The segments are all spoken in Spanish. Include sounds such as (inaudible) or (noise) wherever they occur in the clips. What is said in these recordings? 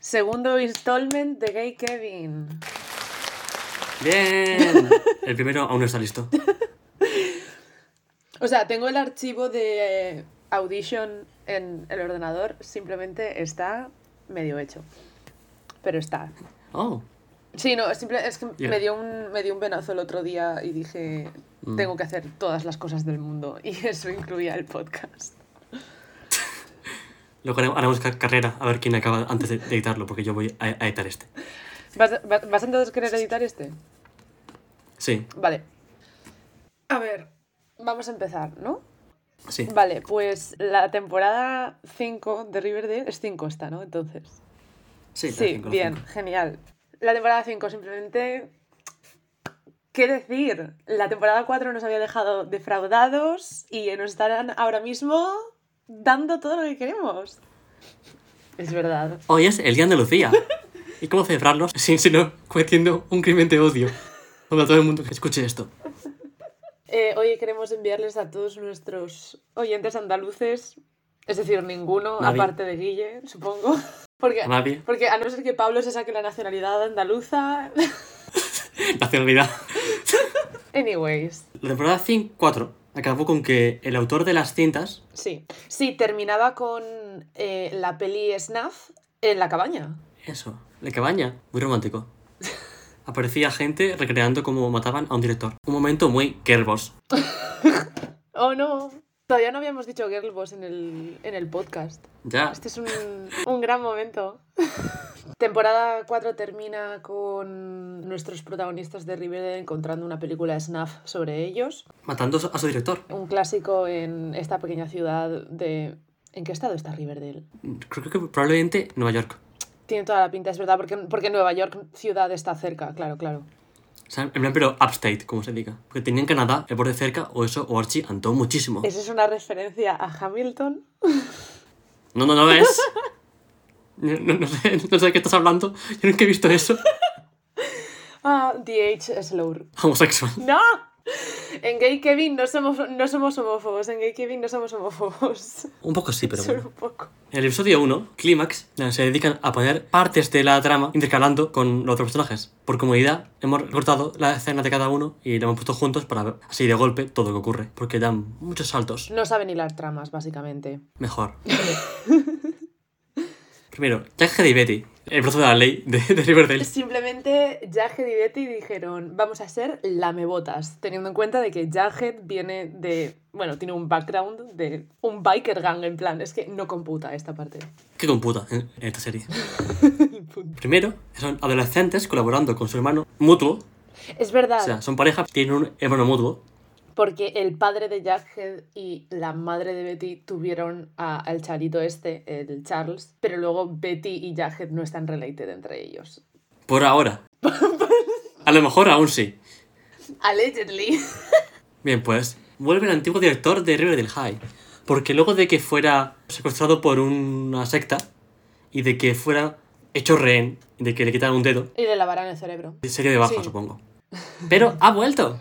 Segundo installment de Gay Kevin. Bien. El primero aún no está listo. O sea, tengo el archivo de eh, Audition en el ordenador, simplemente está medio hecho. Pero está. Oh. Sí, no, es, simple- es que Yeah. me, dio un, me dio un venazo el otro día y dije, tengo que hacer todas las cosas del mundo. (laughs) Y eso incluía el podcast. Luego haremos- haremos ca- carrera a ver quién acaba antes de de editarlo, porque yo voy a, a editar este. ¿Vas, va- vas a entonces querer editar este? Sí, Vale. A ver, vamos a empezar, ¿no? sí. Vale, pues la temporada 5 de Riverdale es 5 esta, ¿no? Entonces. Sí, la Sí, cinco, la bien, cinco. genial. La temporada 5, simplemente. ¿Qué decir? La temporada 4 nos había dejado defraudados y nos estarán ahora mismo dando todo lo que queremos. Es verdad. Hoy es el Día de Andalucía. ¿Y cómo celebrarlo sin sino cometiendo un crimen de odio? Contra todo el mundo que escuche esto. Eh, hoy queremos enviarles a todos nuestros oyentes andaluces, es decir, ninguno, Nadie. aparte de Guille, supongo. Porque, A nadie. porque a no ser que Pablo se saque la nacionalidad andaluza. (laughs) Nacionalidad. Anyways. La temporada 4 acabó con que el autor de las cintas. Sí, sí, terminaba con eh, la peli Snuff en la cabaña. Eso, la cabaña. Muy romántico. Aparecía gente recreando cómo mataban a un director. Un momento muy girlboss. Oh no, todavía no habíamos dicho Girl Boss en el, en el podcast. Ya. Este es un, un gran (laughs) momento. Temporada 4 termina con nuestros protagonistas de Riverdale encontrando una película Snuff sobre ellos. Matando a su director. Un clásico en esta pequeña ciudad de... ¿En qué estado está Riverdale? Creo que probablemente Nueva York. Tiene toda la pinta, es verdad, porque, porque Nueva York ciudad está cerca, claro, claro. O sea, en plan, pero upstate, como se diga. Porque tenían Canadá, el borde cerca, o eso, o Archie andó muchísimo. ¿Eso es una referencia a Hamilton? No, no, no es. (laughs) No, no- no sé, no sé de qué estás hablando. Yo nunca he visto eso. (laughs) Ah, DH Slur. Homosexual. ¡No! En Gay Kevin no somos, no somos homófobos. En Gay Kevin no somos homófobos. Un poco sí, (laughs) pero Solo bueno. un poco. En el episodio 1, Clímax, eh, se dedican a poner partes de la trama intercalando con los otros personajes. Por comodidad, hemos cortado la escena de cada uno y la hemos puesto juntos para ver así de golpe todo lo que ocurre. Porque dan muchos saltos. No saben hilar tramas, básicamente. Mejor. Primero, Jack y Betty, el brazo de la ley de, de Riverdale. Simplemente Jagged y Betty dijeron, vamos a ser lamebotas, teniendo en cuenta de que Jagged viene de... Bueno, tiene un background de un biker gang, en plan, es que no computa esta parte. Qué computa eh, en en esta serie. Primero, son adolescentes colaborando con su hermano mutuo Es verdad, O sea, son parejas, tienen un hermano mutuo. porque el padre de Jagged y la madre de Betty tuvieron a- al charito este, el Charles, pero luego Betty y Jagged no están related entre ellos. Por ahora. A lo mejor aún sí. Allegedly. Bien, pues vuelve el antiguo director de Riverdale High. Porque luego de que fuera secuestrado por una secta y de que fuera hecho rehén, y de que le quitaran un dedo, Y le lavarán el cerebro. sería de baja, Sí. supongo. Pero ha vuelto.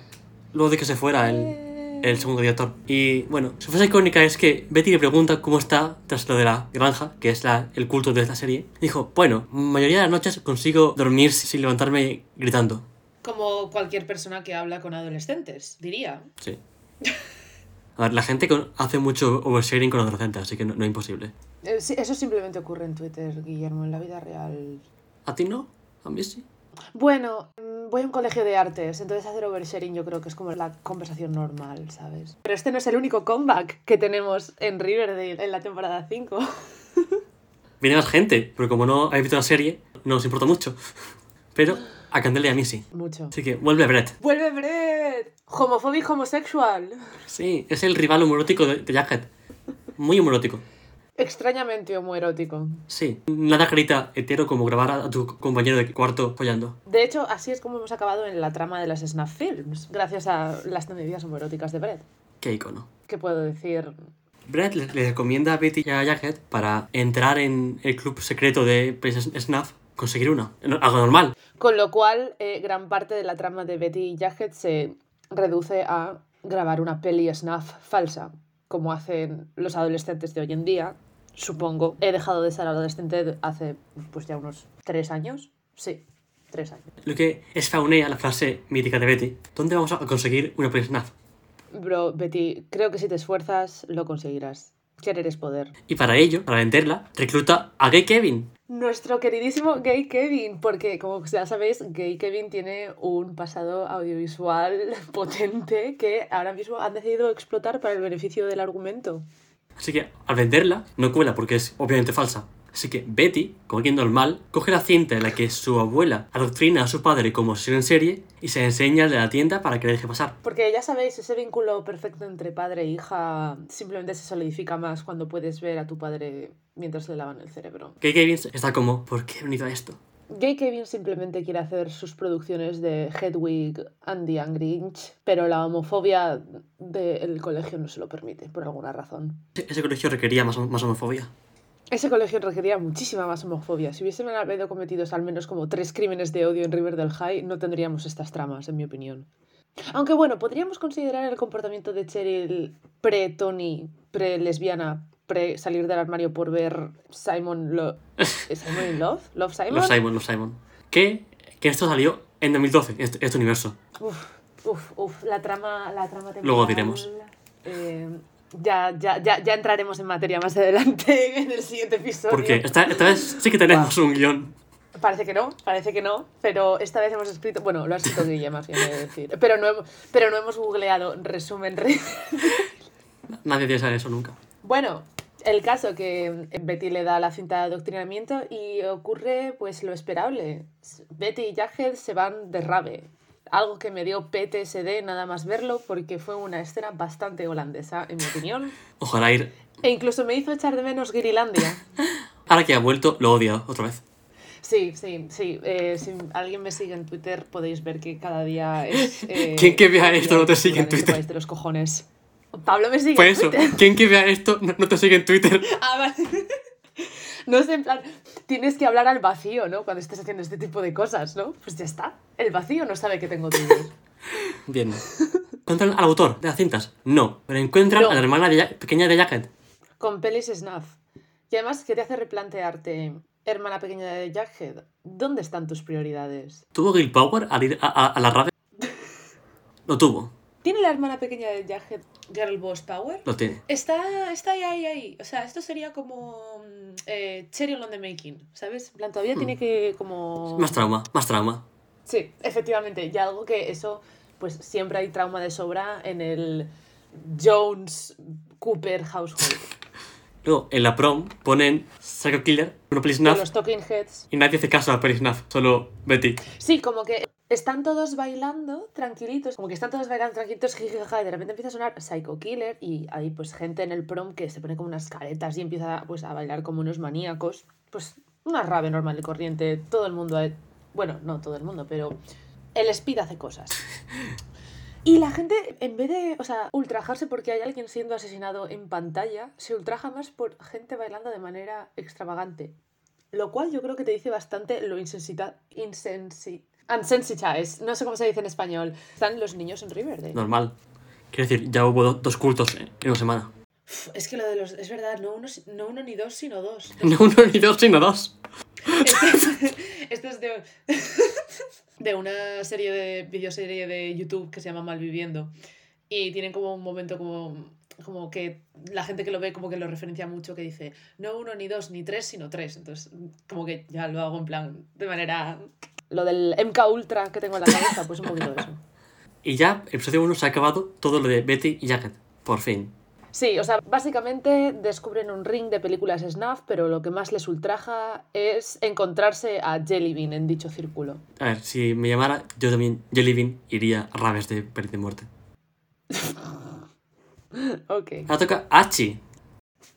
Luego de que se fuera el, Eh, el segundo director. Y bueno, su frase icónica es que Betty le pregunta cómo está tras lo de la granja, que es la- el culto de esta serie. Dijo, bueno, mayoría de las noches consigo dormir sin levantarme gritando. Como cualquier persona que habla con adolescentes, diría. Sí. A ver, la gente con- hace mucho oversharing con adolescentes, así que no, no es imposible. Eh, eso simplemente ocurre en Twitter, Guillermo, en la vida real. ¿A ti no? ¿A mí sí? Bueno, mm, voy a un colegio de artes, entonces hacer oversharing yo creo que es como la conversación normal, ¿sabes? Pero este no es el único comeback que tenemos en Riverdale en la temporada 5. Viene más gente, pero como no habéis visto la serie, no os importa mucho. Pero a Candela y a mí sí. Mucho. Así que vuelve Brett. ¡Vuelve Brett! Homofóbico homosexual. Sí, es el rival humorótico de, de Jughead. Muy humorótico. Extrañamente homoerótico. Sí. Nada grita hetero como grabar a, a tu compañero de cuarto follando. De hecho, así es como hemos acabado en la trama de las Snap Films, gracias a las tendencias homoeróticas de Brett. Qué icono. ¿Qué puedo decir? Brett le, le recomienda a Betty y a Jughead para entrar en el club secreto de Princess Snuff, conseguir una. No, Algo normal. Con lo cual, eh, gran parte de la trama de Betty y Jagged se reduce a grabar una peli snuff falsa, como hacen los adolescentes de hoy en día, supongo. He dejado de ser adolescente hace pues ya unos tres años. Sí, tres años. Lo que esfaunea la frase mítica de Betty. ¿Dónde vamos a conseguir una PlayStation? Bro, Betty, creo que si te esfuerzas lo conseguirás. Querer es poder. Y para ello, para venderla, recluta a Gay Kevin. Nuestro queridísimo Gay Kevin, porque como ya sabéis, Gay Kevin tiene un pasado audiovisual (laughs) potente que ahora mismo han decidido explotar para el beneficio del argumento. Así que al venderla, no cuela porque es obviamente falsa. Así que Betty, como alguien normal, coge la cinta en la que su abuela adoctrina a su padre como asesino en serie y se enseña al de la tienda para que le deje pasar. Porque ya sabéis, ese vínculo perfecto entre padre e hija simplemente se solidifica más cuando puedes ver a tu padre mientras le lavan el cerebro. Gay Kevin está como, ¿por qué he venido a esto? Gay Kevin simplemente quiere hacer sus producciones de Hedwig and the Angry Inch, pero la homofobia del colegio no se lo permite, por alguna razón. Ese colegio requería más, más homofobia. Ese colegio requería muchísima más homofobia. Si hubiesen habido cometidos al menos como tres crímenes de odio en Riverdale High, no tendríamos estas tramas, en mi opinión. Aunque bueno, podríamos considerar el comportamiento de Cheryl pre-Tony, pre-lesbiana, pre-salir del armario por ver Simon, Lo Simon in Love. Love Simon. Los Simon, los Simon. Que, que esto salió en 2012, este, este universo. Uf, uf, uf, la trama, la trama temporal, Luego diremos. eh, ya, ya, ya, ya entraremos en materia más adelante (laughs) en el siguiente episodio. Porque esta, esta vez sí que tenemos un guión. Parece que no, parece que no, pero esta vez hemos escrito, bueno, lo ha escrito Guille más bien, he de decir, pero no, hemos- pero no hemos googleado resumen. re- Nadie piensa en eso nunca. Bueno, el caso que mm, Betty le da la cinta de adoctrinamiento y ocurre pues lo esperable. Betty y Jughead se van de rave. Algo que me dio PTSD nada más verlo porque fue una escena bastante holandesa, en mi opinión. Ojalá ir. E incluso me hizo echar de menos Girilandia. Ahora que ha vuelto, lo odia otra vez. Sí, sí, sí. eh, si alguien me sigue en Twitter podéis ver que cada día es... eh, (laughs) ¿Quién que vea esto no te locura sigue en este Twitter? país de los cojones. Pablo me sigue Pues en (laughs) eso, Twitter. quien que vea esto no, no te sigue en Twitter. Ah, vale. (laughs) No sé, en plan, tienes que hablar al vacío, ¿no? Cuando estés haciendo este tipo de cosas, ¿no? Pues ya está. El vacío no sabe que tengo Twitter. Bien. ¿Encuentran al autor de las cintas? No. Pero encuentran No. a la hermana de Ja- pequeña de Jacket. (laughs) Con pelis Snuff. Y además que te hace replantearte, hermana pequeña de Jughead, ¿dónde están tus prioridades? ¿Tuvo Gil Power al ir a, a- a la rave? Lo tuvo. ¿Tiene la hermana pequeña de Jughead Girl Boss Power? Lo tiene. Está, está ahí, ahí, ahí. O sea, esto sería como mm, eh, Cheryl on the Making, ¿sabes? En plan, todavía tiene que como... Más trauma, más trauma. Sí, efectivamente. Y algo que eso, pues siempre hay trauma de sobra en el Jones Cooper household. Luego, en la prom ponen Psycho Killer, uno Police De Snuff, los Talking Heads. y nadie hace caso a Police Snuff, solo Betty. Sí, como que están todos bailando tranquilitos, como que están todos bailando tranquilitos, jijijaja, y de repente empieza a sonar Psycho Killer y hay pues gente en el prom que se pone como unas caretas y empieza pues a bailar como unos maníacos. Pues una rave normal y corriente, todo el mundo, eh, ha- bueno, no todo el mundo, pero el speed hace cosas. Y la gente, en vez de, o sea, ultrajarse porque hay alguien siendo asesinado en pantalla, se ultraja más por gente bailando de manera extravagante. Lo cual yo creo que te dice bastante lo insensita... Insensi... Unsensitized. No sé cómo se dice en español. Están los niños en Riverdale. Normal. Quiero decir, ya hubo do- dos cultos en en una semana. (laughs) Uf, Es que lo de los... Es verdad, no uno, no uno ni dos, sino (laughs) dos. No uno ni dos, sino dos. Esto es, esto es de, (laughs) de una serie de videoserie de YouTube que se llama Malviviendo. Y tienen como un momento como, como que la gente que lo ve como que lo referencia mucho, que dice no uno, ni dos, ni tres, sino tres. Entonces, como que ya lo hago en plan de manera. Lo del MK Ultra que tengo en la cabeza, pues un poquito de eso. Y ya, el episodio 1 se ha acabado todo lo de Betty y Jacket. Por fin. Sí, o sea, básicamente descubren un ring de películas snuff, pero lo que más les ultraja es encontrarse a Jellybean en dicho círculo. A ver, si me llamara, yo también, Jellybean, iría a raves de peli de muerte. Ok. Ahora toca Archie,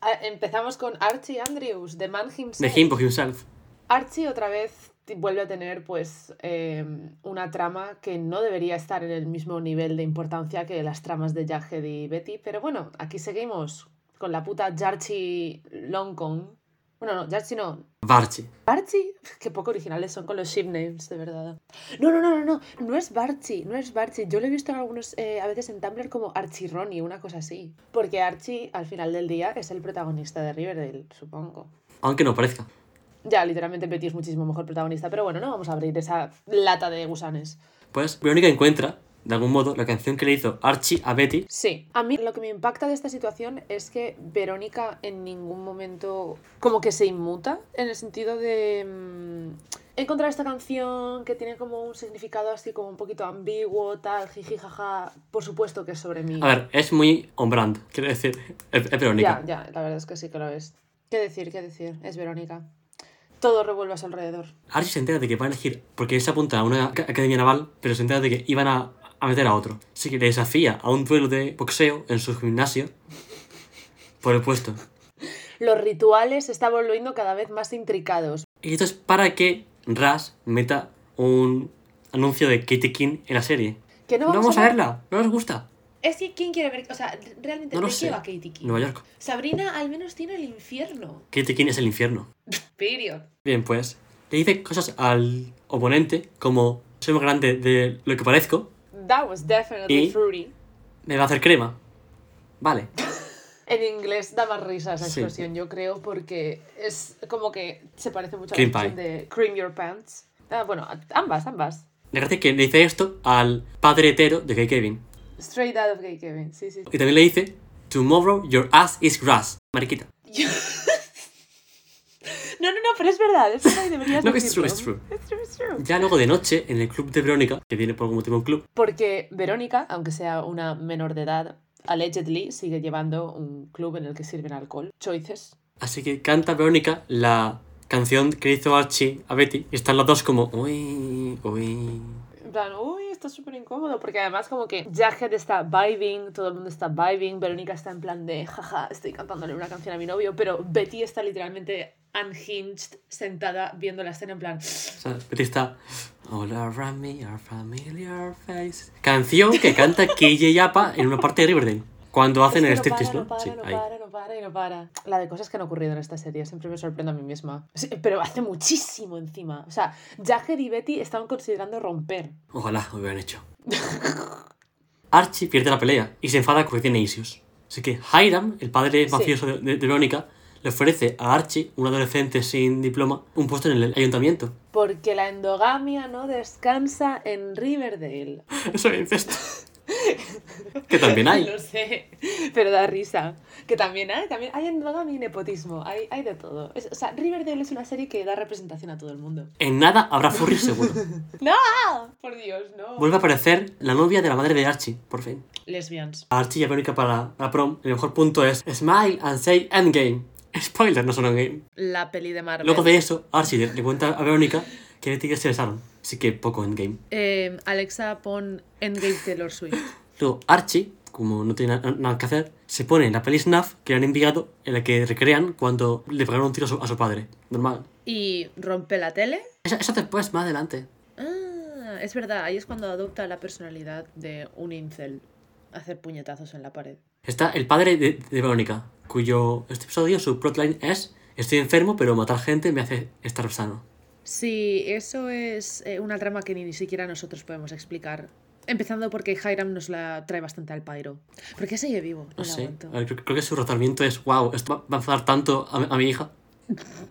Ah, Empezamos con Archie Andrews, The Man de Himself. Himbo Himself. Archie otra vez ti- vuelve a tener pues eh, una trama que no debería estar en el mismo nivel de importancia que las tramas de Jughead y Betty, pero bueno, aquí seguimos con la puta Jarchi Longcon Bueno, no, Yarchi no. Barchi. ¿Barchi? (laughs) Qué poco originales son con los ship names, de verdad. No, no, no, no, no. No es Barchi, no es Barchi. Yo lo he visto en algunos, eh, a veces en Tumblr como Archie Ronnie, una cosa así. Porque Archie, al final del día, es el protagonista de Riverdale, supongo. Aunque no parezca. Ya, literalmente Betty es muchísimo mejor protagonista, pero bueno, no vamos a abrir esa lata de gusanes. Pues Verónica encuentra, de algún modo, la canción que le hizo Archie a Betty. Sí, a mí lo que me impacta de esta situación es que Verónica en ningún momento como que se inmuta, en el sentido de mm, encontrar esta canción que tiene como un significado así como un poquito ambiguo, tal, jiji, jaja, por supuesto que es sobre mí. A ver, es muy on brand, quiero decir, es, es Ah, Verónica. Ya, ya, la verdad es que sí que lo es. ¿Qué decir, qué decir? Es Verónica. Todo revuelve a su alrededor. Archie se entera de que van a elegir, porque él se apunta a una aca- academia naval, pero se entera de que iban a, a meter a otro. Así que le desafía a un duelo de boxeo en su gimnasio por el puesto. Los rituales se están volviendo cada vez más intricados. Y esto es para que Ras meta un anuncio de Katie King en la serie. Que no No vamos, a ver- verla, no nos gusta. Es que ¿quién quiere ver? O sea, realmente No lo ¿de sé. qué va Katie King? Nueva York. Sabrina al menos tiene el infierno. Katie King es el infierno. Period. Bien, pues le dice cosas al oponente como soy más grande de lo que parezco, That was definitely Y- fruity. me va a hacer crema. Vale. En inglés da más risa esa Sí. expresión, yo creo, porque es como que se parece mucho Cream a la pie. expresión de cream your pants. Ah, bueno, a- ambas, ambas. La gracia es que le dice esto al padre hetero de Gay Kevin. Straight out of gay Kevin, sí, sí. Y también le dice, tomorrow your ass is grass. Mariquita. No, no, no, pero es verdad, es verdad y deberías No, it's decirlo. true, it's true. It's true, it's true. Ya luego de noche, en el club de Verónica, que viene por algún motivo un club, Porque Verónica, aunque sea una menor de edad, allegedly sigue llevando un club en el que sirven alcohol. Choices. Así que canta Verónica la canción que hizo Archie a Betty y están los dos como, uy, uy. En plan, uy, está súper incómodo. Porque además, como que Jacket está vibing, todo el mundo está vibing. Verónica está en plan de, jaja, estoy cantándole una canción a mi novio. Pero Betty está literalmente unhinged, sentada viendo la escena en plan. O sea, Betty está, all around me are familiar faces. Canción que canta (laughs) Kille Yapa en una parte de Riverdale. Cuando hacen el "Es que striptease, ¿no? no para, sí, no ahí. para, no para, y no para. La de cosas que han ocurrido en esta serie, siempre me sorprende a mí misma. Sí, Pero hace muchísimo encima. O sea, Jacket y Betty estaban considerando romper. Ojalá lo hubieran hecho. (laughs) Archie pierde la pelea y se enfada porque tiene issues. Así que Hiram, el padre Sí. mafioso de, de- de Verónica, le ofrece a Archie, un adolescente sin diploma, un puesto en el ayuntamiento. (laughs) Porque la endogamia no descansa en Riverdale. Eso es incesto. que también hay. (laughs) Lo sé, pero da risa. Que también hay, también hay endogamia y nepotismo, hay, hay de todo. Es- o sea, Riverdale es una serie que da representación a todo el mundo. En nada habrá furry seguro. ¡Ah! Por Dios, no. Vuelve a aparecer la novia de la madre de Archie, por fin. Lesbians. A Archie y a Verónica para la prom. El mejor punto es Smile and say Endgame. (laughs) Spoiler, no son Endgame. La peli de Marvel. Luego de eso, Archie le, le cuenta a Verónica que Betty y Jess se besaron. Así que poco Endgame. Eh, Alexa, pon Endgame Taylor Swift. Luego Archie, como no tiene na- na- nada que hacer, se pone en la peli Snuff que le han enviado en la que recrean cuando le pegaron un tiro a su, a su padre. Normal. Y rompe la tele. Eso, eso después, más adelante. Ah, es verdad, ahí es cuando adopta la personalidad de un incel. Hacer puñetazos en la pared. Está el padre de, de Verónica, cuyo este episodio, su plotline es Estoy enfermo, pero matar gente me hace estar sano. Sí, eso es eh, una trama que ni siquiera nosotros podemos explicar. Empezando porque Hiram nos la trae bastante al pairo. ¿Por qué sigue vivo? No No lo sé. aguanto. A ver, creo, creo que su razonamiento es, wow, esto va, va a enfadar tanto a, mi- a mi hija.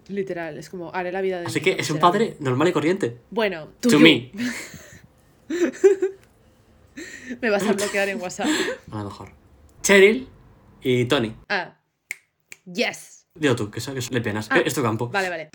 Literal, es como haré la vida de. Así mi que hijo es un miserable. padre normal y corriente. Bueno, tú. To me. (laughs) Me vas a bloquear en WhatsApp. A lo mejor. Cheryl y Tony. Ah. Yes. Digo tú, que eso, que eso le penas. Ah, Eh, Esto campo. Vale, vale.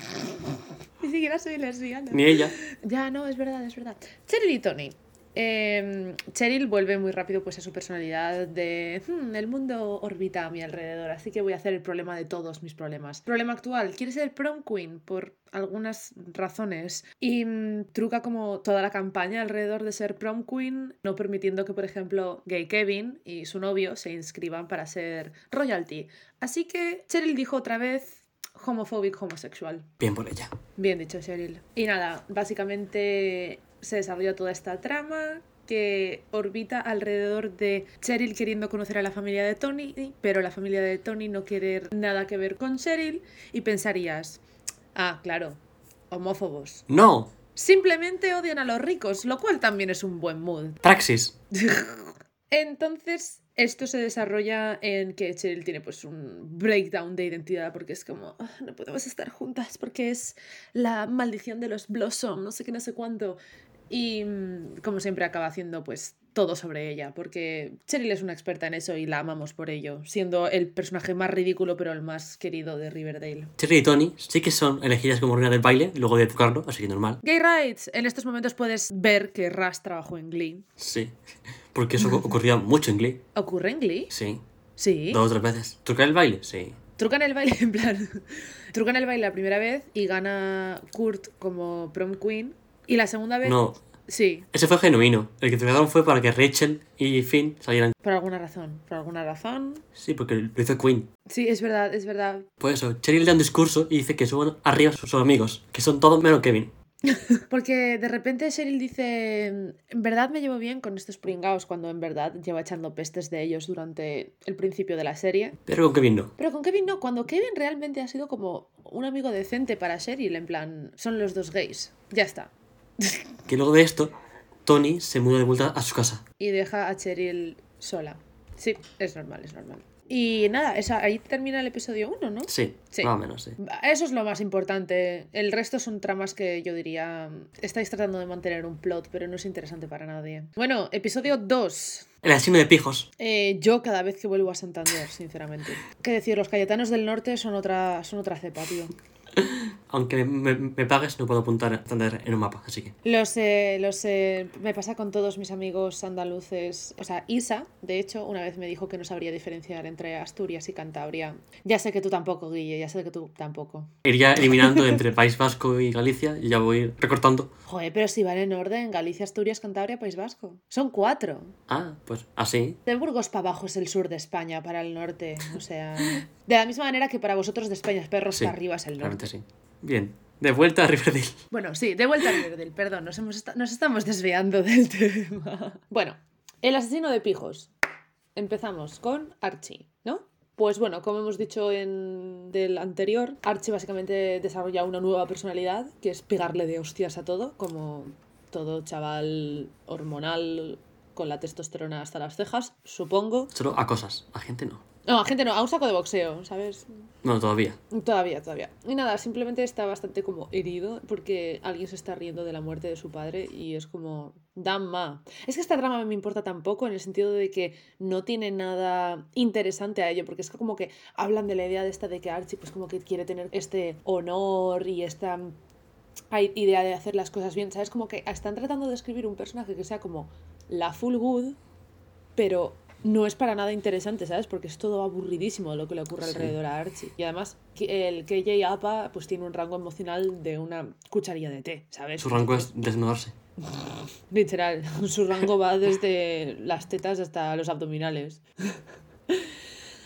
Ni siquiera soy lesbiana. Ni ella. Ya, no, es verdad, es verdad. Cheryl y Tony. Eh, Cheryl vuelve muy rápido pues a su personalidad de "Hmm, el mundo orbita a mi alrededor, así que voy a hacer el problema de todos mis problemas. Problema actual, quiere ser prom queen por algunas razones y mm, truca como toda la campaña alrededor de ser prom queen, no permitiendo que por ejemplo Gay Kevin y su novio se inscriban para ser royalty. Así que Cheryl dijo otra vez homophobic homosexual. Bien por ella. Bien dicho, Cheryl. Y nada, básicamente se desarrolla toda esta trama que orbita alrededor de Cheryl queriendo conocer a la familia de Tony, pero la familia de Tony no querer nada que ver con Cheryl y pensarías, ah, claro, homófobos. No, Simplemente odian a los ricos, lo cual también es un buen mood. Praxis. Entonces, esto se desarrolla en que Cheryl tiene pues un breakdown de identidad porque es como, "Ah, no podemos estar juntas porque es la maldición de los Blossom, no sé qué, no sé cuánto. Y mm, como siempre acaba haciendo pues todo sobre ella, porque Cheryl es una experta en eso y la amamos por ello, siendo el personaje más ridículo pero el más querido de Riverdale. Cherry y Tony sí que son elegidas como reina del baile luego de tocarlo, así que normal. Gay Rights, en estos momentos puedes ver que Ras trabajó en Glee. Sí. Porque (laughs) eso ocurría mucho en Glee. ¿Ocurre en Glee? Sí. Sí. Dos o tres veces. ¿Trucar el baile? Sí. Trucan el baile, (laughs) en plan. Trucan el baile la primera vez y gana Kurt como prom queen. Y la segunda vez. No. Sí, Ese fue genuino. El que trucaron fue para que Rachel y Finn salieran. por alguna razón. Por alguna razón. Sí, porque lo hizo Queen. Sí, es verdad, es verdad. Pues eso, Cheryl le da un discurso y dice que suban arriba sus sus amigos, que son todos menos Kevin. Porque de repente Cheryl dice: En verdad me llevo bien con estos pringaos, cuando en verdad lleva echando pestes de ellos durante el principio de la serie. Pero con Kevin no. Pero con Kevin no, cuando Kevin realmente ha sido como un amigo decente para Cheryl, en plan, son los dos gays. Ya está. Que luego de esto, Tony se muda de vuelta a su casa. y deja a Cheryl sola. Sí, es normal, es normal. Y nada, esa, ahí termina el episodio 1, ¿no? Sí, Sí. más o menos, sí. Eso es lo más importante. El resto son tramas que yo diría, estáis tratando de mantener un plot, pero no es interesante para nadie. Bueno, episodio 2. El asesino de pijos. Eh, yo cada vez que vuelvo a Santander, sinceramente. Qué decir, los Cayetanos del Norte son otra, son otra cepa, tío. Aunque me, me pagues, no puedo apuntar a Thunder en un mapa, así que. Lo sé, lo sé. Me pasa con todos mis amigos andaluces. O sea, Isa, de hecho, una vez me dijo que no sabría diferenciar entre Asturias y Cantabria. Ya sé que tú tampoco, Guille, ya sé que tú tampoco. Iría eliminando entre País Vasco y Galicia y ya voy recortando. Joder, pero si van en orden, Galicia, Asturias, Cantabria, País Vasco. Son cuatro. Ah, pues así. De Burgos para abajo es el sur de España, para el norte. O sea. De la misma manera que para vosotros de España es perros, Sí, para arriba es el norte. Realmente sí. Bien, de vuelta a Riverdale. Bueno, sí, de vuelta al Riverdale, perdón, nos, hemos esta- nos estamos desviando del (laughs) tema. Bueno, el asesino de pijos. Empezamos con Archie, ¿no? Pues bueno, como hemos dicho en del anterior, Archie básicamente desarrolla una nueva personalidad, que es pegarle de hostias a todo, como todo chaval hormonal con la testosterona hasta las cejas, supongo. Solo a cosas, a gente no. No, a gente no, a un saco de boxeo, ¿sabes? Bueno, todavía. Todavía, todavía. Y nada, simplemente está bastante como herido porque alguien se está riendo de la muerte de su padre y es como, dama. Es que esta trama me importa tampoco en el sentido de que no tiene nada interesante a ello, porque es que como que hablan de la idea de esta de que Archie pues como que quiere tener este honor y esta hay idea de hacer las cosas bien, ¿sabes? Como que están tratando de escribir un personaje que sea como la full good, pero no es para nada interesante, ¿sabes? Porque es todo aburridísimo lo que le ocurre Sí. alrededor a Archie. Y además, que- el KJ Apa pues tiene un rango emocional de una cucharilla de té, ¿sabes? Su rango es desnudarse. Literal, (laughs) su rango va desde las tetas hasta los abdominales.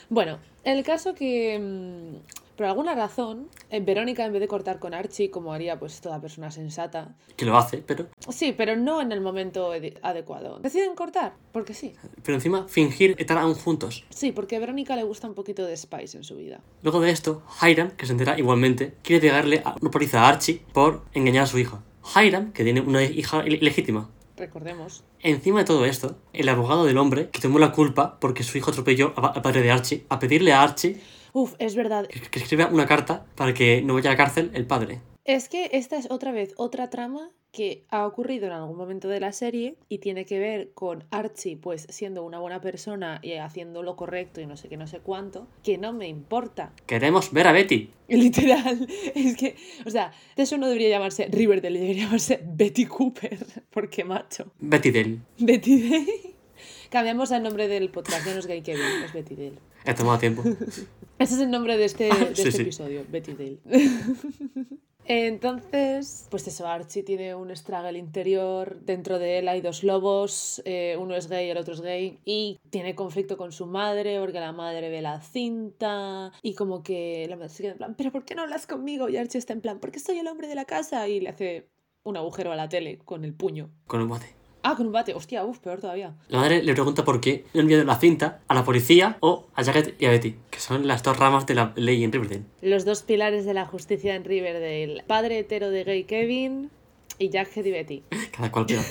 Bueno, el caso que mm, por alguna razón, eh, Verónica en vez de cortar con Archie, como haría pues toda persona sensata, Que lo hace, pero. Sí, pero no en el momento edi- adecuado. Deciden cortar, porque sí. Pero encima, fingir estar aún juntos. Sí, porque a Verónica le gusta un poquito de Spice en su vida. Luego de esto, Hiram, que se entera igualmente, quiere pegarle a- una paliza a Archie por engañar a su hija. Hiram, que tiene una hija il- ilegítima. Recordemos. Encima de todo esto, el abogado del hombre, que tomó la culpa porque su hijo atropelló a- al padre de Archie, a pedirle a Archie Uf, es verdad. que, que escriba una carta para que no vaya a la cárcel el padre. Es que esta es otra vez otra trama que ha ocurrido en algún momento de la serie y tiene que ver con Archie pues siendo una buena persona y haciendo lo correcto y no sé qué, no sé cuánto, que no me importa. (laughs) Queremos ver a Betty. Literal, es que, o sea, eso no debería llamarse Riverdale, debería llamarse Betty Cooper, (laughs) porque macho. Betty Dale. Betty Day. (laughs) Cambiamos el nombre del podcast, ya no es Gay Kevin, es Betty Dale. He tomado tiempo. Ese es el nombre de este, de Ah, Sí, este sí. episodio, Betty Dale. (laughs) Entonces, pues eso, Archie tiene un estrago interior, dentro de él hay dos lobos, eh, uno es gay, el otro es gay, y tiene conflicto con su madre porque la madre ve la cinta, y como que la madre se queda en plan, pero ¿por qué no hablas conmigo? Y Archie está en plan, porque soy el hombre de la casa, y le hace un agujero a la tele con el puño. Con el bote. Ah, con un bate. Hostia, uff, peor todavía. La madre le pregunta por qué le han enviado la cinta a la policía o a Jacket y a Betty, que son las dos ramas de la ley en Riverdale. (laughs) Los dos pilares de la justicia en Riverdale. Padre hetero de gay Kevin y Jackhead y Betty. Cada cual peor.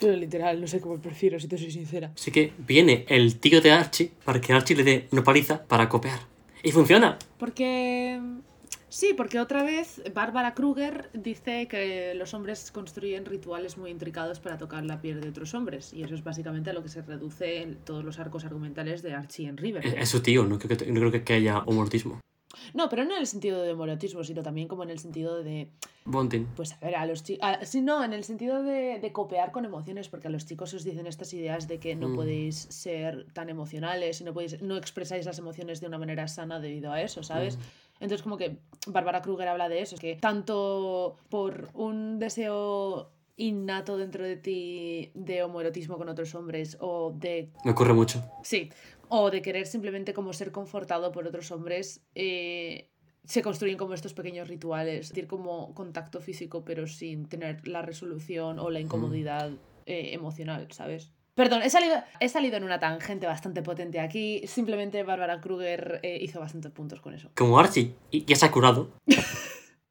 Pero literal, no sé cómo prefiero, si te soy sincera. Así que viene el tío de Archie para que Archie le dé una paliza para copiar. Y funciona. Porque... Sí, porque otra vez Bárbara Kruger dice que los hombres construyen rituales muy intricados para tocar la piel de otros hombres. Y eso es básicamente a lo que se reduce en todos los arcos argumentales de Archie en Es, Riverdale. (laughs) es su E-, tío, no creo, que, no creo que haya homortismo. No, pero no en el sentido de morotismo, sino también como en el sentido de... Bonding. Pues a ver, a los chicos. Sí, no, en el sentido de, de copear con emociones, porque a los chicos os dicen estas ideas de que no Mm. podéis ser tan emocionales y no, podéis, no expresáis las emociones de una manera sana debido a eso, ¿sabes? Entonces, como que Bárbara Kruger habla de eso, que tanto por un deseo innato dentro de ti de homoerotismo con otros hombres o de Me ocurre mucho. Sí, o de querer simplemente como ser confortado por otros hombres, eh, se construyen como estos pequeños rituales, sentir como contacto físico pero sin tener la resolución o la incomodidad eh, emocional, ¿sabes? Perdón, he salido, he salido en una tangente bastante potente aquí, simplemente Bárbara Kruger eh, hizo bastantes puntos con eso. Como Archie y- ya se ha curado.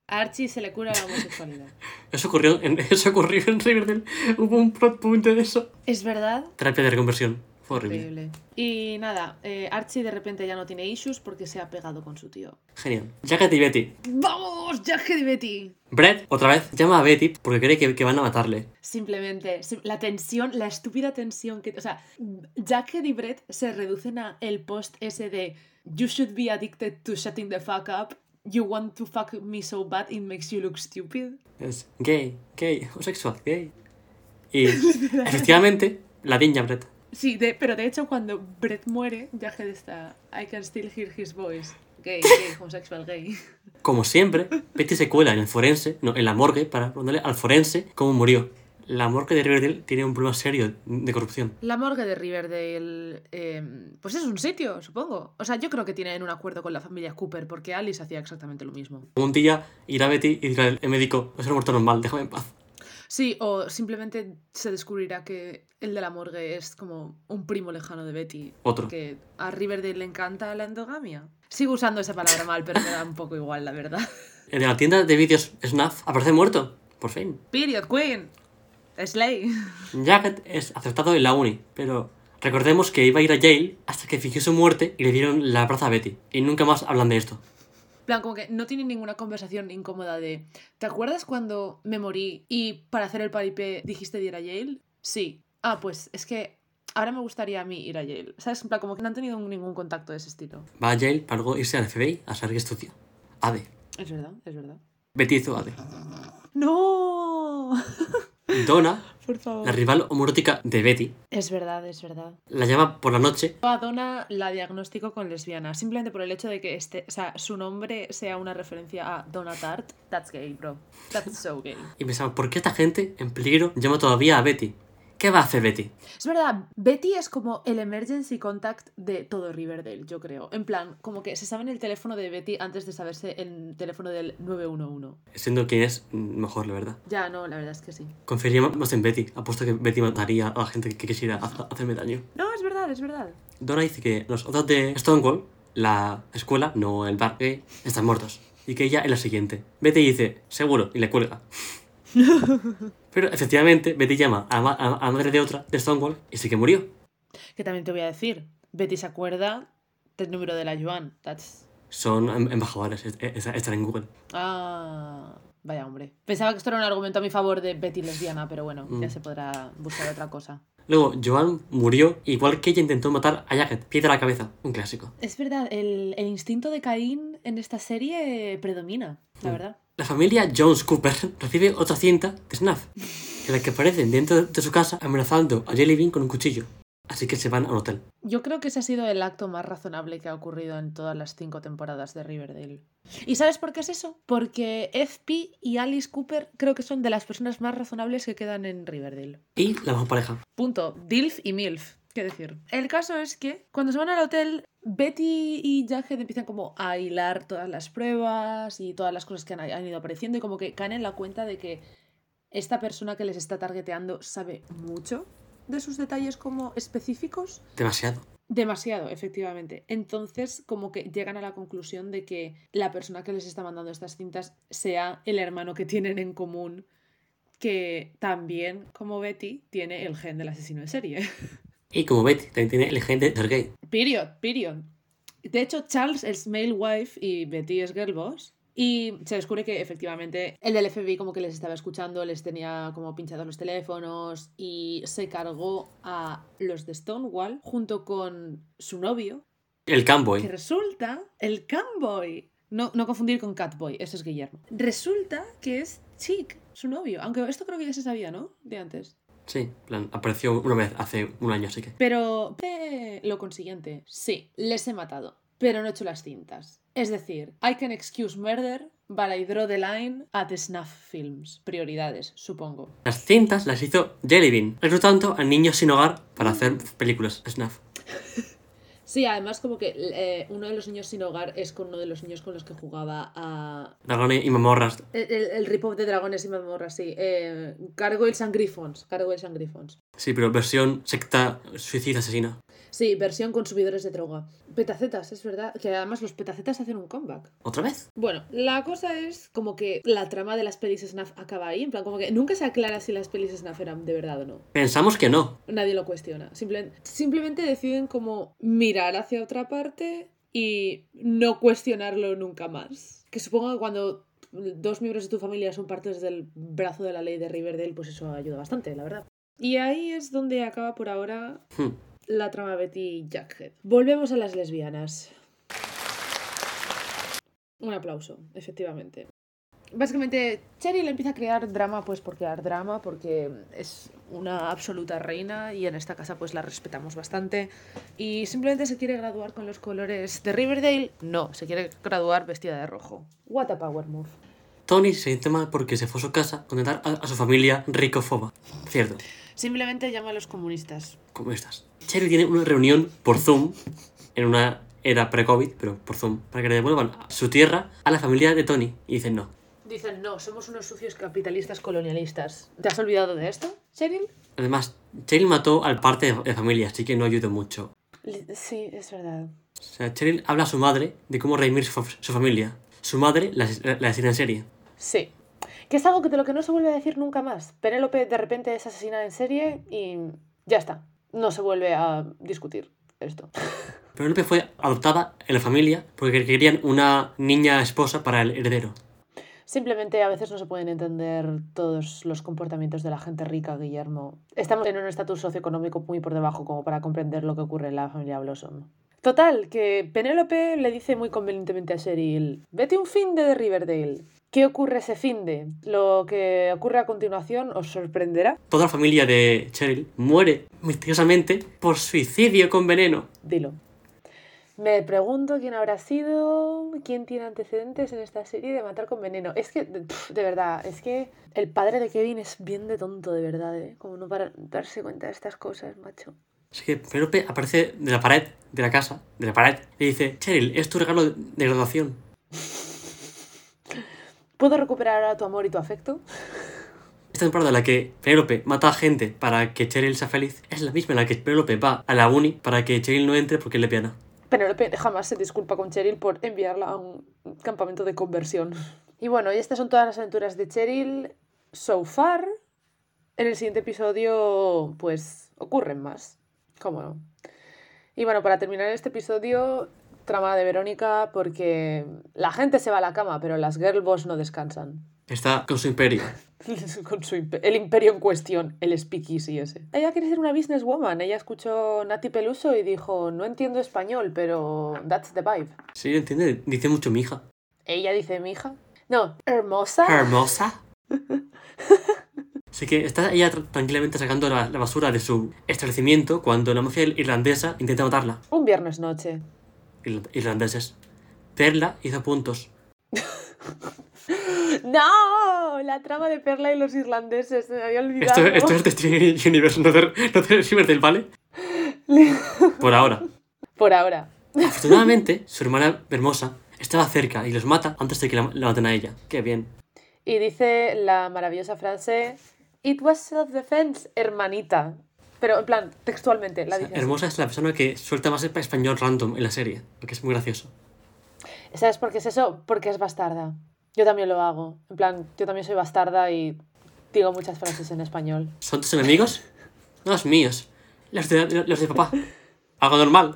A Archie se le cura la homosexualidad. Eso ocurrió en, (laughs) eso ocurrió en Riverdale. Hubo un plot point de eso. (laughs) ¿Es verdad? Terapia de reconversión. Fue horrible. Increíble. Y nada, eh, Archie de repente ya no tiene issues porque se ha pegado con su tío. Genial. Jacket y Betty. ¡Vamos, Jack de Betty! Brett, otra vez, llama a Betty porque cree que, que van a matarle. Simplemente, sim- la tensión, la estúpida tensión que... O sea, Jackhead y Brett se reducen a el post ese de You should be addicted to shutting the fuck up. You want to fuck me so bad it makes you look stupid. Es gay, gay, homosexual, gay. Y efectivamente, la diña Brett. Sí, de- pero de hecho cuando Brett muere, Jackhead está... I can still hear his voice. Gay, gay, homosexual, gay. Como siempre, Betty se cuela en el forense, no, en la morgue, para preguntarle al forense cómo murió. La morgue de Riverdale tiene un problema serio de corrupción. La morgue de Riverdale, eh, pues es un sitio, supongo. O sea, yo creo que tienen un acuerdo con la familia Cooper porque Alice hacía exactamente lo mismo. Un día irá Betty y dirá el médico, es una muerte normal, déjame en paz. Sí, o simplemente se descubrirá que el de la morgue es como un primo lejano de Betty. Otro. Que a Riverdale le encanta la endogamia. Sigo usando esa palabra mal, pero me da un poco igual, la verdad. El de la tienda de vídeos Snuff aparece muerto, por fin. (laughs) Period, Queen. Slay. Jacket es aceptado en la uni, pero recordemos que iba a ir a Yale hasta que fingió su muerte y le dieron la plaza a Betty. Y nunca más hablan de esto. En plan, como que no tiene ninguna conversación incómoda de. ¿Te acuerdas cuando me morí y para hacer el paripé dijiste de ir a Yale? Sí. Ah, pues es que ahora me gustaría a mí ir a Yale. ¿Sabes? En plan, como que no han tenido ningún contacto de ese estilo. Va a Yale para luego irse al FBI a saber qué estudia. AD. Es verdad, es verdad. Betty hizo AD. ¡No! (laughs) Donna, Por favor. la rival homorótica de Betty, Es verdad, es verdad. la llama por la noche A Donna la diagnostico con lesbiana, simplemente por el hecho de que este, o sea, su nombre sea una referencia a Donna Tart. That's gay, bro. That's so gay. y pensaba, ¿por qué esta gente en peligro llama todavía a Betty? ¿Qué va a hacer Betty? Es verdad, Betty es como el emergency contact de todo Riverdale, yo creo. En plan, como que se saben el teléfono de Betty antes de saberse el teléfono del 911. Siendo quien es, mm, mejor, la verdad. Ya, no, la verdad es que sí. Confiaría más en Betty, apuesto que Betty mataría a la gente que quisiera ha- hacerme daño. No, es verdad, es verdad. Donna dice que los otros de Stonewall, la escuela, no el bar gay, están muertos. Y que ella es la siguiente. Betty dice, seguro, y le cuelga. Pero efectivamente, Betty llama a, ma- a- a madre de otra, de Stonewall, y sí que murió. Que también te voy a decir, Betty se acuerda del número de la Joan. That's... Son em- embajadores, es- es- están en Google. Ah, vaya hombre. Pensaba que esto era un argumento a mi favor de Betty lesbiana, pero bueno, ya se podrá buscar otra cosa. Luego, Joan murió igual que ella intentó matar a Jacket, piedra a la cabeza, un clásico. Es verdad, el, el instinto de Caín en esta serie predomina, la verdad. La familia Jones Cooper (laughs) recibe otra cinta de Snuff, en la que aparecen dentro de su casa amenazando a Jelly Bean con un cuchillo. Así que se van a un hotel. Yo creo que ese ha sido el acto más razonable que ha ocurrido en todas las cinco temporadas de Riverdale. ¿Y sabes por qué es eso? Porque FP y Alice Cooper creo que son de las personas más razonables que quedan en Riverdale. Y la mejor pareja. Punto. Dilf y Milf. ¿Qué decir? El caso es que cuando se van al hotel, Betty y Jackhead empiezan como a hilar todas las pruebas y todas las cosas que han, han ido apareciendo y como que caen en la cuenta de que esta persona que les está targeteando sabe mucho de sus detalles como específicos. Demasiado. Demasiado, efectivamente. Entonces, como que llegan a la conclusión de que la persona que les está mandando estas cintas sea el hermano que tienen en común, que también, como Betty, tiene el gen del asesino en serie. (laughs) Y como Betty, también tiene el gen de ser gay. Period, period. De hecho, Charles es male wife y Betty es girl boss. Y se descubre que efectivamente el del FBI como que les estaba escuchando, les tenía como pinchados los teléfonos y se cargó a los de Stonewall junto con su novio, El que camboy. resulta el Camboy. No, no confundir con Catboy, ese es Guillermo. Resulta que es Chick, su novio. Aunque esto creo que ya se sabía, ¿no? De antes. Sí, en plan, apareció una vez hace un año, así que. Pero eh, lo consiguiente, sí, les he matado, pero no he hecho las cintas. Es decir, I can excuse murder, but I draw the line at snuff films. Prioridades, supongo. Las cintas las hizo Jellybean, reclutando a niños sin hogar para hacer películas snuff. Sí, además como que eh, uno de los niños sin hogar es con uno de los niños con los que jugaba a... Dragones y mamorras. El, el, el rip-off de dragones y mazmorras, sí. Eh, Gargoyles and Griffons. Gargoyles and Griffons. Sí, pero versión secta suicida asesina. Sí, versión consumidores de droga. Petacetas, es verdad. Que además los petacetas hacen un comeback. ¿Otra vez? Bueno, la cosa es como que la trama de las pelis snuff acaba ahí, en plan como que nunca se aclara si las pelis snuff eran de verdad o no. Pensamos que no. Nadie lo cuestiona. Simplemente, simplemente deciden como mirar hacia otra parte y no cuestionarlo nunca más. Que supongo que cuando dos miembros de tu familia son partes del brazo de la ley de Riverdale, pues eso ayuda bastante, la verdad. Y ahí es donde acaba por ahora Hmm. la trama Betty y Jackhead. Volvemos a las lesbianas. Un aplauso, efectivamente. Básicamente, Cheryl empieza a crear drama pues por crear drama, porque es una absoluta reina y en esta casa pues la respetamos bastante. Y simplemente se quiere graduar con los colores de Riverdale. No, se quiere graduar vestida de rojo. What a power move. Tony se siente mal porque se fue a su casa a contentar a, a su familia ricofoba. Cierto, Simplemente llama a los comunistas. como estás. Cheryl tiene una reunión por Zoom en una era pre-COVID, pero por Zoom, para que le devuelvan a su tierra a la familia de Tony. Y dicen no. Dicen, no, somos unos sucios capitalistas colonialistas. ¿Te has olvidado de esto, Cheryl? Además, Cheryl mató al parte de, de familia, así que no ayudó mucho. Li- Sí, es verdad. O sea, Cheryl habla a su madre de cómo redimir su, fa- su familia. Su madre la, as- la, la asesina en serie. Sí. Que es algo que de lo que no se vuelve a decir nunca más. Penélope de repente es asesinada en serie y ya está. No se vuelve a discutir esto. Pero Penélope fue adoptada en la familia porque querían una niña esposa para el heredero. Simplemente a veces no se pueden entender todos los comportamientos de la gente rica, Guillermo. Estamos en un estatus socioeconómico muy por debajo como para comprender lo que ocurre en la familia Blossom. Total, que Penélope le dice muy convenientemente a Cheryl, vete un fin de Riverdale. ¿Qué ocurre ese fin de? Lo que ocurre a continuación os sorprenderá. Toda la familia de Cheryl muere misteriosamente por suicidio con veneno. Dilo. Me pregunto quién habrá sido, quién tiene antecedentes en esta serie de matar con veneno. Es que, de- pf, de verdad, es que el padre de Kevin es bien de tonto, de verdad, ¿eh? Como no para darse cuenta de estas cosas, macho. Así que Penélope aparece de la pared de la casa, de la pared, y dice, Cheryl, es tu regalo de graduación. ¿Puedo recuperar ahora tu amor y tu afecto? Esta temporada en la que Penélope mata a gente para que Cheryl sea feliz es la misma en la que Penélope va a la uni para que Cheryl no entre porque es lesbiana. Penélope jamás se disculpa con Cheryl por enviarla a un campamento de conversión. Y bueno, y estas son todas las aventuras de Cheryl so far. En el siguiente episodio, pues, ocurren más. ¿Cómo no? Y bueno, para terminar este episodio, trama de Verónica, porque la gente se va a la cama, pero las girl boss no descansan. Está con su imperio. (laughs) Con su imp- el imperio en cuestión, el speakeasy ese. Ella quiere ser una businesswoman. Ella escuchó Nati Peluso y dijo, no entiendo español, pero that's the vibe. Sí, entiende, dice mucho mi hija. Ella dice, mi hija. No, hermosa. Hermosa. Así que está ella tra- tranquilamente sacando la, la basura de su establecimiento cuando la mafia irlandesa intenta matarla. Un viernes noche. Irla- Irlandeses. Perla hizo puntos. (laughs) ¡No! La trama de Perla y los irlandeses. Se me había Esto, olvidado. esto es Destiny Universe, no de, no de Riverdale, ¿vale? Por ahora. (laughs) Por ahora. Afortunadamente, su hermana hermosa estaba cerca y los mata antes de que la, la maten a ella. Qué bien. y dice la maravillosa frase, It was self-defense, hermanita. Pero en plan, textualmente la O sea, dice. así. hermosa es la persona que suelta más espa- español random en la serie, porque es muy gracioso. ¿Sabes por qué es eso? Porque es bastarda. Yo también lo hago. En plan, yo también soy bastarda y digo muchas frases en español. ¿Son tus enemigos? No, los míos. Los de, los de papá. Algo normal.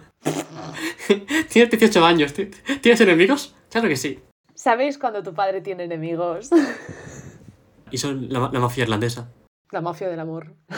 (laughs) Tienes 18 años. ti- ¿Tienes enemigos? Claro que sí. ¿Sabéis cuando tu padre tiene (laughs) enemigos? Y son la, ma- la mafia irlandesa. La mafia del amor. (laughs)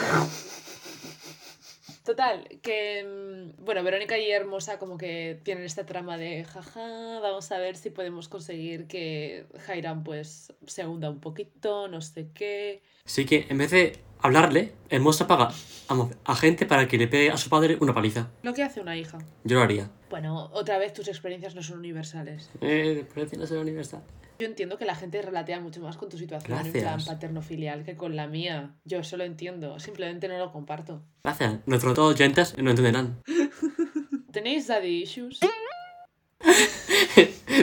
Total, que. mm, Bueno, Verónica y Hermosa, como que tienen esta trama de jaja, vamos a ver si podemos conseguir que Jairam, pues, se hunda un poquito, no sé qué. Así que en vez de hablarle, Hermosa paga a, mo- a gente para que le pegue a su padre una paliza. Lo que hace una hija. Yo lo haría. Bueno, otra vez tus experiencias no son universales. Eh, por no ser universal. Yo entiendo que la gente relatea mucho más con tu situación en plan Gracias. paterno-filial que con la mía. Yo eso lo entiendo, simplemente no lo comparto. Gracias. Nuestros dos oyentes no entenderán. (laughs) ¿Tenéis daddy issues?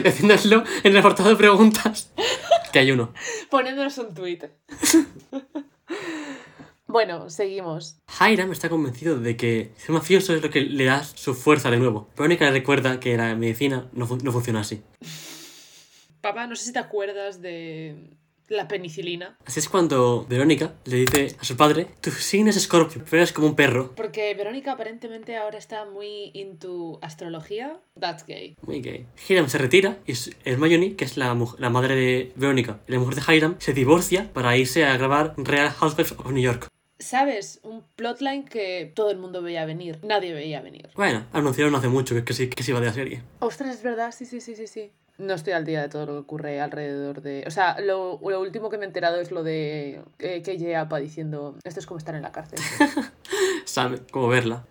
Decídnoslo en el apartado de preguntas. Que hay uno. Ponednos un tweet. (laughs) Bueno, seguimos. Hiram está convencido de que ser mafioso es lo que le da su fuerza de nuevo. Verónica le recuerda que la medicina no, fun- no funciona así. Papá, no sé si te acuerdas de la penicilina. Así es cuando Verónica le dice a su padre, tu signo es escorpio, pero eres como un perro. Porque Verónica aparentemente ahora está muy into astrología. That's gay. Muy gay. Hiram se retira y su- Hermione, que es la, mu- la madre de Verónica y la mujer de Hiram, se divorcia para irse a grabar Real Housewives of New York. ¿Sabes? Un plotline que todo el mundo veía venir. Nadie veía venir. Bueno, anunciaron hace mucho que, que sí, que se iba de la serie. (laughs) Ostras, es verdad, sí, sí, sí, sí, sí. No estoy al día de todo lo que ocurre alrededor de... O sea, lo, lo último que me he enterado es lo de eh, KJ Apa diciendo, esto es como estar en la (laughs) cárcel. Sabe cómo verla.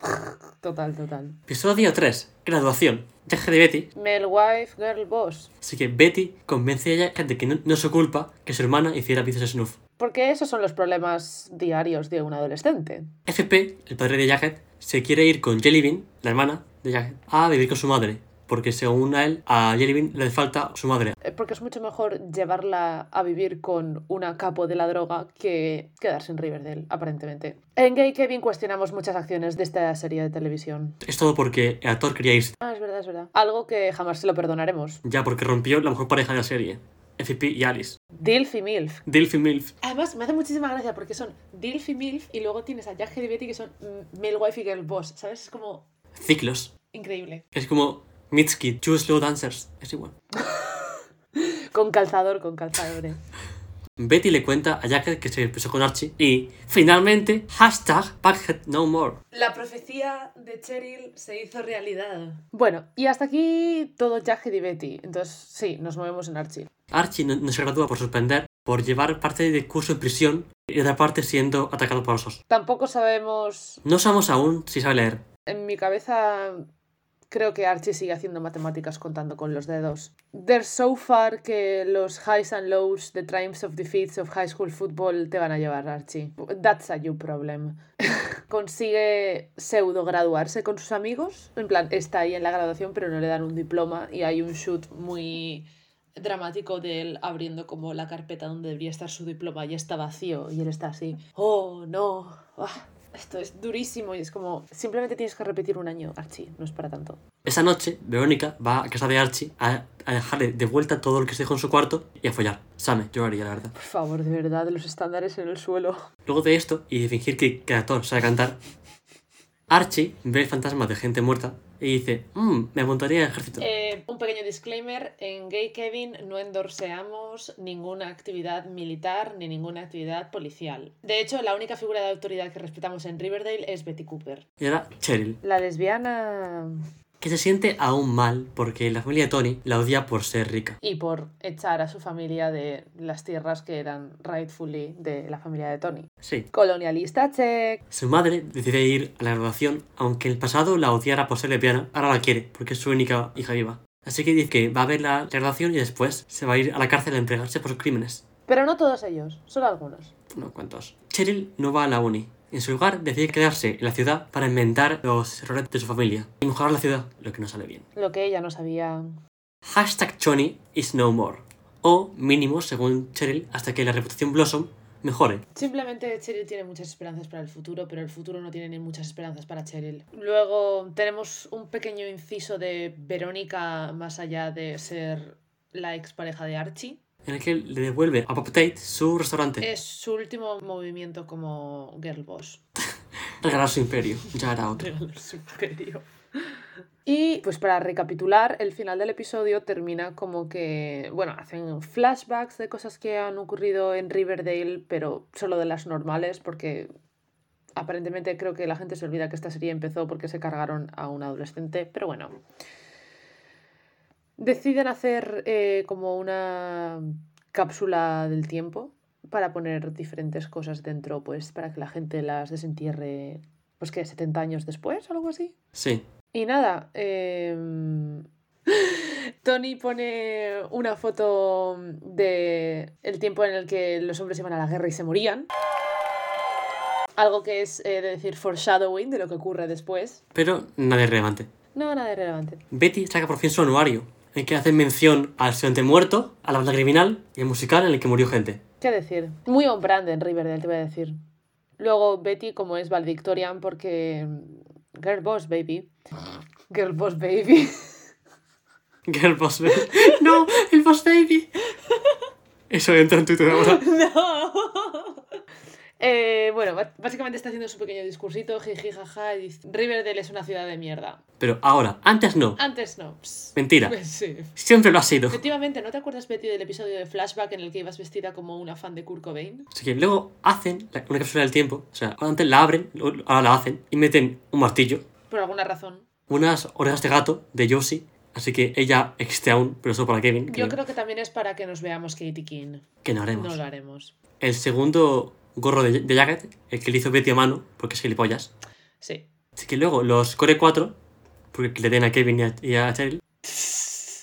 Total, total. Episodio 3. Graduación. Viaje de Betty Mel Wife, Girl Boss. Así que Betty convence a ella de que no, no es su culpa que su hermana hiciera vicios de Snuff. Porque esos son los problemas diarios de un adolescente. FP, el padre de Jacket, se quiere ir con Jellybean, la hermana de Jacket, a vivir con su madre. Porque según a él, a Jellybean le falta su madre. Eh, Porque es mucho mejor llevarla a vivir con una capo de la droga que quedarse en Riverdale, aparentemente. En Gay Kevin cuestionamos muchas acciones de esta serie de televisión. Es todo porque el actor quería irse, Ah, es verdad, es verdad. Algo que jamás se lo perdonaremos. ya porque rompió la mejor pareja de la serie, FP y Alice. Dilf y Milf. Dilf y Milf. Además, me hace muchísima gracia porque son Dilf y Milf y luego tienes a Jack y Betty que son mm, Male Wife y Girl Boss. ¿Sabes? Es como Ciclos. increíble. Es como Mitski, Two Slow Dancers. Es igual. Con calzador, con calzadores. Betty le cuenta a Jacket que se empezó con Archie y, finalmente, hashtag Backhead No More. La profecía de Cheryl se hizo realidad. Bueno, y hasta aquí todo Jack y Betty. Entonces, sí, nos movemos en Archie. Archie no, no se gradúa por suspender, por llevar parte del curso en prisión y otra parte siendo atacado por osos. Tampoco sabemos, No sabemos aún si sabe leer. en mi cabeza, creo que Archie sigue haciendo matemáticas contando con los dedos. There's so far que los highs and lows, the triumphs of defeats of high school football te van a llevar, Archie. That's a you problem. (laughs) Consigue pseudo graduarse con sus amigos. En plan, está ahí en la graduación, pero no le dan un diploma y hay un shoot Muy dramático de él abriendo como la carpeta donde debería estar su diploma y está vacío. vacío y él está así, oh no, ah, esto es durísimo y es como, simplemente tienes que repetir un año, Ah, Archie, no es para tanto. Esa noche, Verónica va a casa de Archie a, a dejarle de vuelta todo lo que se dejó en su cuarto y a follar. Same, yo lo haría, la verdad. Por favor, de verdad, los estándares en el (laughs) suelo. Luego de esto, y de fingir que Creator sabe cantar, Archie ve el fantasma de gente muerta y dice, mmm, me montaría en el ejército. Eh, un pequeño disclaimer, en Gay Kevin no endorseamos ninguna actividad militar ni ninguna actividad policial. De hecho, la única figura de autoridad que respetamos en Riverdale es Betty Cooper. Y era Cheryl, La lesbiana... que se siente aún mal porque la familia de Tony la odia por ser rica. Y por echar a su familia de las tierras que eran rightfully de la familia de Tony. Sí, Colonialista, check. Su madre decide ir a la graduación, aunque en el pasado la odiara por ser lesbiana, ahora la quiere, porque es su única hija viva. Así que dice que va a ver la graduación y después se va a ir a la cárcel a entregarse por sus crímenes. Pero no todos ellos, solo algunos. No cuantos. Cheryl no va a la uni. En su lugar decide quedarse en la ciudad para enmendar los errores de su familia y mejorar la ciudad, lo que no sale bien. Lo que ella no sabía. Hashtag Johnny is no more. o mínimo, según Cheryl, hasta que la reputación Blossom mejore. Simplemente Cheryl tiene muchas esperanzas para el futuro, pero el futuro no tiene ni muchas esperanzas para Cheryl. Luego tenemos un pequeño inciso de Verónica, más allá de ser la expareja de Archie. En el que le devuelve a Pop Tate su restaurante. Es su último movimiento como girl boss. Regalar su imperio. Ya era otro. Regalar su imperio. Y pues para recapitular, el final del episodio termina como que, bueno, hacen flashbacks de cosas que han ocurrido en Riverdale, pero solo de las normales, porque aparentemente creo que la gente se olvida que esta serie empezó porque se cargaron a un adolescente, pero bueno. Deciden hacer eh, como una cápsula del tiempo para poner diferentes cosas dentro, pues para que la gente las desentierre, pues que 70 años después o algo así. Sí. Y nada, em, (laughs) Tony pone una foto de el tiempo en el que los hombres iban a la guerra y se morían. Algo que es eh, de decir foreshadowing de lo que ocurre después. Pero nada es relevante. No, nada de relevante. Betty saca por fin su anuario, en el que hace mención al estudiante muerto, a la banda criminal y al musical en el que murió gente. ¿Qué decir? Muy on brand en Riverdale, te voy a decir. Luego Betty, como es Victorian porque. mm, Girl Boss, baby. Girl Boss, baby. (laughs) Girl Boss Baby. (laughs) ¡No! ¡El Boss Baby! Eso entra en Twitter ahora. (laughs) No. Eh, bueno, ba- básicamente está haciendo su pequeño discursito, jiji, jaja, y dice, Riverdale es una ciudad de mierda. Pero ahora, antes no. Antes no. Pss. Mentira. Pues sí. Siempre lo ha sido. Efectivamente, ¿no te acuerdas, Betty, del episodio de Flashback en el que ibas vestida como una fan de Kurt Cobain? Así que luego hacen la- una cápsula del tiempo. O sea, antes la abren, luego- ahora la hacen y meten un martillo, Por alguna razón. unas orejas de gato de Josie. Así que ella existe aún, pero eso para Kevin. Que, Yo creo que también es para que nos veamos Katie King. que no haremos. No lo haremos. El segundo gorro de, de Jacket, el que le hizo Betty a mano, porque es gilipollas. Sí. Así que luego los Core 4, porque le den a Kevin y a, y a Cheryl,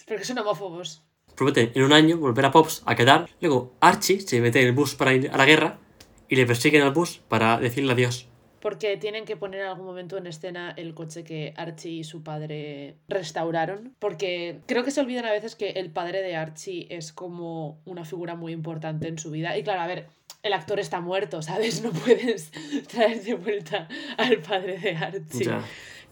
Porque son homófobos. prometen en un año volver a Pops a quedar. Luego Archie se mete en el bus para ir a la guerra y le persiguen al bus para decirle adiós. Porque tienen que poner en algún momento en escena el coche que Archie y su padre restauraron. Porque creo que se olvidan a veces que el padre de Archie es como una figura muy importante en su vida. Y claro, a ver, el actor está muerto, ¿sabes? No puedes (laughs) traer de vuelta al padre de Archie. Ya,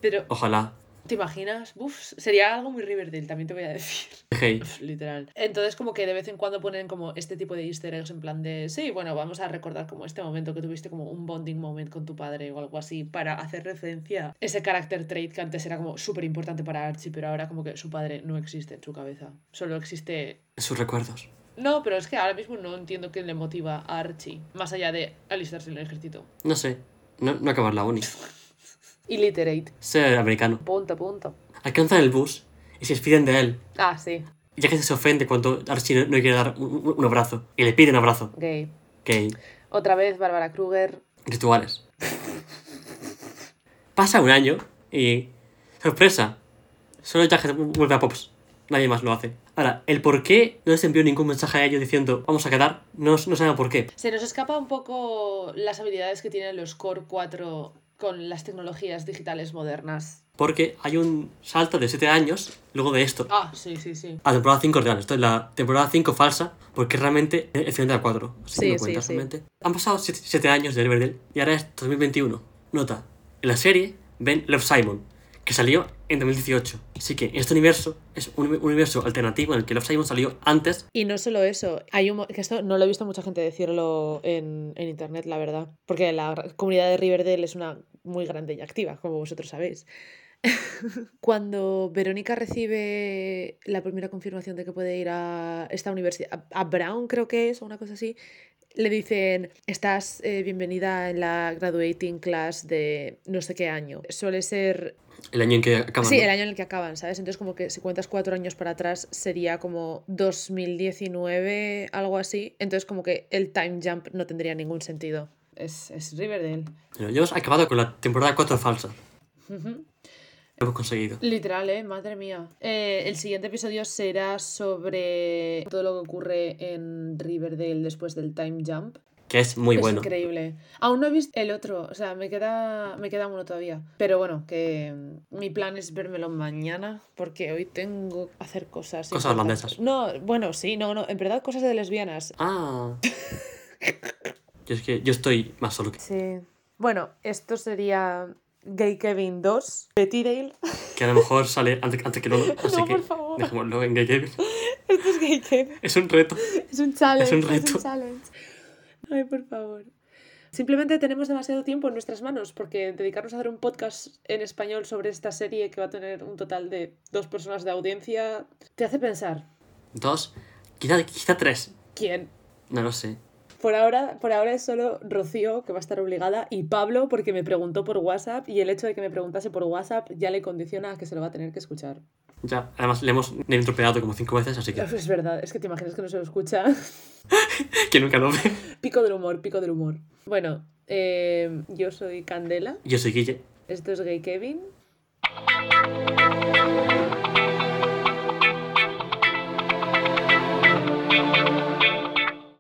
Pero, ojalá. ¿te imaginas? Uf, sería algo muy Riverdale, también te voy a decir. Hey, Pf, Literal. Entonces, como que de vez en cuando ponen como este tipo de easter eggs en plan de, sí, bueno, vamos a recordar como este momento que tuviste como un bonding moment con tu padre o algo así para hacer referencia a ese carácter trait que antes era como súper importante para Archie, pero ahora como que su padre no existe en su cabeza. Solo existe... sus recuerdos. No, pero es que ahora mismo no entiendo qué le motiva a Archie, más allá de alistarse en el ejército. No sé, no, no acabar la uni. Illiterate. Ser americano. Punto, punto. Alcanzan el bus y se despiden de él. Ah, sí. Ya que se ofende cuando Archie no, no quiere dar un, un- un abrazo. Y le piden un abrazo. Gay. Que Otra vez Bárbara Kruger. rituales. Pasa un año y. ¡Sorpresa! Solo Jacket vuelve a Pops. Nadie más lo hace. Ahora, el por qué no les envió ningún mensaje a ellos diciendo vamos a quedar, no, no sabemos por qué. Se nos escapa un poco las habilidades que tienen los Core 4 con las tecnologías digitales modernas. Porque hay un salto de 7 años luego de esto. Ah, sí, sí, sí. A temporada 5 real. Esto es la temporada 5 falsa, porque realmente es el final de la 4. Así que Sí, no cuenta sí, sí. realmente. Han pasado 7 años de Riverdale y ahora es 2021. Nota: en la serie ven Love Simon, que salió en 2018. Así que en este universo es un un universo alternativo en el que Love Simon salió antes. Y no solo eso, hay un mo- que esto no lo he visto mucha gente decirlo en, en internet, la verdad, porque la gra- comunidad de Riverdale es una muy grande y activa, como vosotros sabéis. (laughs) Cuando Verónica recibe la primera confirmación de que puede ir a esta universidad, a, a Brown creo que es, o una cosa así, le dicen, estás eh, bienvenida en la graduating class de no sé qué año. Suele ser El año en que acaban. Sí, ¿no? el año en el que acaban, ¿sabes? Entonces, como que si cuentas cuatro años para atrás, sería como 2019, algo así. Entonces, como que el time jump no tendría ningún sentido. Es, es Riverdale. Bueno, ya hemos acabado con la temporada 4 falsa. Lo Ujú. hemos conseguido. Literal, ¿eh? Madre mía. Eh, el siguiente episodio será sobre todo lo que ocurre en Riverdale después del time jump. que es muy es bueno. increíble. Aún no he visto el otro, o sea, me queda, me queda uno todavía. Pero bueno, que mm, mi plan es vérmelo mañana, porque hoy tengo que hacer cosas. Cosas importantes. holandesas. No, bueno, sí, no, no, en verdad cosas de lesbianas. Ah. Yo es que yo estoy más solo que, Sí. Bueno, esto sería Gay Kevin 2, Betty Dale. (laughs) que a lo mejor sale antes, antes que Lola, así No, que por favor. dejémoslo en Gay Kevin. Esto es Gay Kevin. Es un reto. Es un challenge. Es un reto. challenge. Ay, por favor. Simplemente tenemos demasiado tiempo en nuestras manos porque dedicarnos a hacer un podcast en español sobre esta serie que va a tener un total de dos personas de audiencia te hace pensar Dos, quizá, quizá tres. quién. No lo sé. Por ahora, por ahora es solo Rocío, que va a estar obligada, y Pablo, porque me preguntó por WhatsApp, y el hecho de que me preguntase por WhatsApp ya le condiciona a que se lo va a tener que escuchar. Ya, además le hemos le he entropeado como cinco veces, así que, Es verdad, es que te imaginas que no se lo escucha. (laughs) que nunca lo ve. Pico del humor, pico del humor. Bueno, eh, yo soy Candela, Yo soy Guille. esto es Gay Kevin.